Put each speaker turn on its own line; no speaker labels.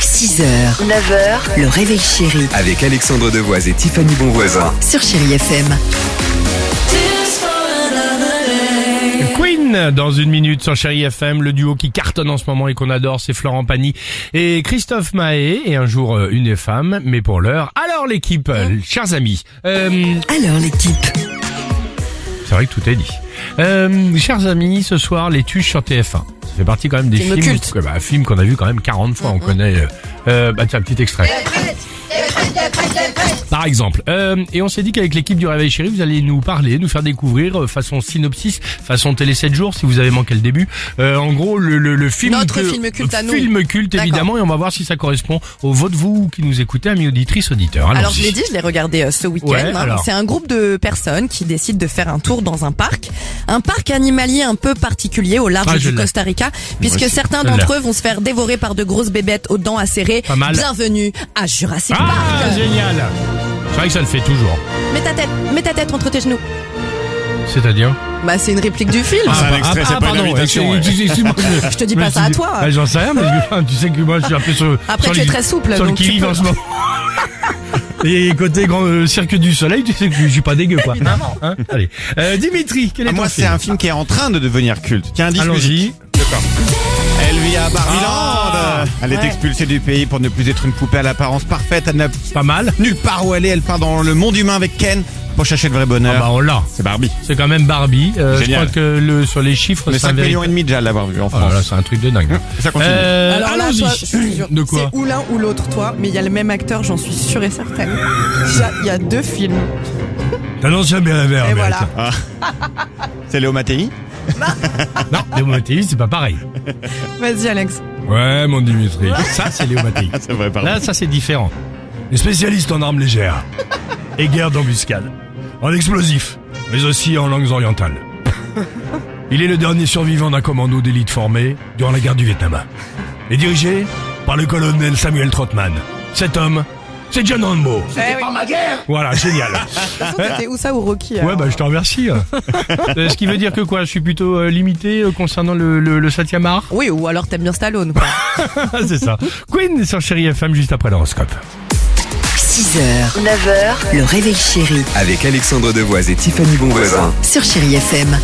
6h, 9h, le réveil chéri
Avec Alexandre Devoise et Tiffany Bonvoisin.
sur Chéri FM.
Queen dans une minute sur Chéri FM, le duo qui cartonne en ce moment et qu'on adore, c'est Florent Pagny et Christophe Mahé, et un jour euh, une femme, mais pour l'heure, alors l'équipe, euh, chers amis, euh,
Alors l'équipe,
c'est vrai que tout est dit. Euh, chers amis, ce soir, les tuches sur TF1. Ça fait partie quand même des films, Ouais, bah, films qu'on a vu quand même 40 fois, on
Mm-hmm.
connaît. euh, euh, bah tiens, petit extrait. Par exemple. Euh, et on s'est dit qu'avec l'équipe du Réveil Chéri, vous allez nous parler, nous faire découvrir euh, façon synopsis, façon télé 7 jours, si vous avez manqué le début. Euh, en gros, le, le, le film
Notre
que-
film culte à nous.
Film culte,
D'accord.
évidemment, et on va voir si ça correspond au vote vous qui nous écoutez, amis auditrices, auditeurs.
Alors
Allons-y.
je l'ai dit, je l'ai regardé euh, ce week-end.
Ouais,
hein.
alors.
C'est un groupe de personnes qui décident de faire un tour dans un parc, un parc animalier un peu particulier au large
Ah, je
du
l'ai.
Costa Rica, puisque
aussi,
certains
je
d'entre
l'ai.
eux vont se faire dévorer par de grosses bébêtes aux dents acérées.
Pas mal.
Bienvenue à Jurassic
Ah,
Park.
génial C'est vrai que ça le fait toujours.
Mets ta tête, mets ta tête entre tes genoux.
C'est-à-dire
Bah c'est une réplique du film.
Ah,
un
bah,
extrait,
ah,
c'est
ah,
pas une
pardon,
invitation,
excuse- excuse-moi,
Je te dis pas
me
ça
suis
à
dit-
toi.
Bah, J'en sais rien, mais je- tu sais que moi, je suis un peu sur.
Après,
sur
tu es
le-
très souple,
Sur le
donc tu
qui
peux.
en ce moment. Et côté grand euh, cirque du soleil, tu sais que je, je suis pas dégueu, quoi. Évidemment. Allez, Euh, Dimitri, quel est ton
Ah, Moi, c'est
film
un film qui est en train de devenir culte, qui est indisputable.
Allons-y.
Elle vit à
Ah.
Barbiland. Elle est expulsée du pays pour ne plus être une poupée à l'apparence parfaite. Elle n'a
Pas mal.
nulle part où aller. Elle part dans le monde humain avec Ken pour chercher le vrai
Ah
bonheur.
bah on l'a.
c'est Barbie.
C'est quand même Barbie. Euh, je
Génial.
crois que le sur les chiffres,
Mais
c'est un
5 millions et
véritable-
demi déjà à l'avoir vu en
Oh là
France.
là, c'est un truc de dingue.
Ça continue.
Euh,
Alors là,
allons-y.
toi, je suis sûre,
De quoi
C'est ou l'un ou l'autre, toi, mais il y a le même acteur, j'en suis sûre et certaine. Il y a- Il y, a deux films.
T'annonces jamais la
et voilà.
C'est Léo Mattei.
Non, Léo Mattei, c'est pas pareil.
Vas-y, Alex.
Ouais, mon Dimitri. Ça, c'est Léo Mattei.
Ah, C'est vrai, pardon.
Là, ça c'est différent. Ah Les spécialistes en armes légères et guerre d'embuscade, en explosifs, mais aussi en langues orientales. Il est le dernier survivant d'un commando d'élite formé durant la guerre du Vietnam. Et dirigé par le colonel Samuel Trotman. Cet homme, c'est John Rambo.
Eh oui.
Voilà, génial.
C'était ou ça ou Rocky
Ah. Ouais, bah je te remercie. Euh, ce qui veut dire que quoi Je suis plutôt euh, limité euh, concernant le, le, le septième art
Oui, ou alors t'aimes bien Stallone, quoi.
C'est ça. Queen sur Chéri FM juste après l'horoscope.
6h, 9h, le réveil chéri
Avec Alexandre Devoise et Tiffany Bonvoisin.
sur Chéri FM.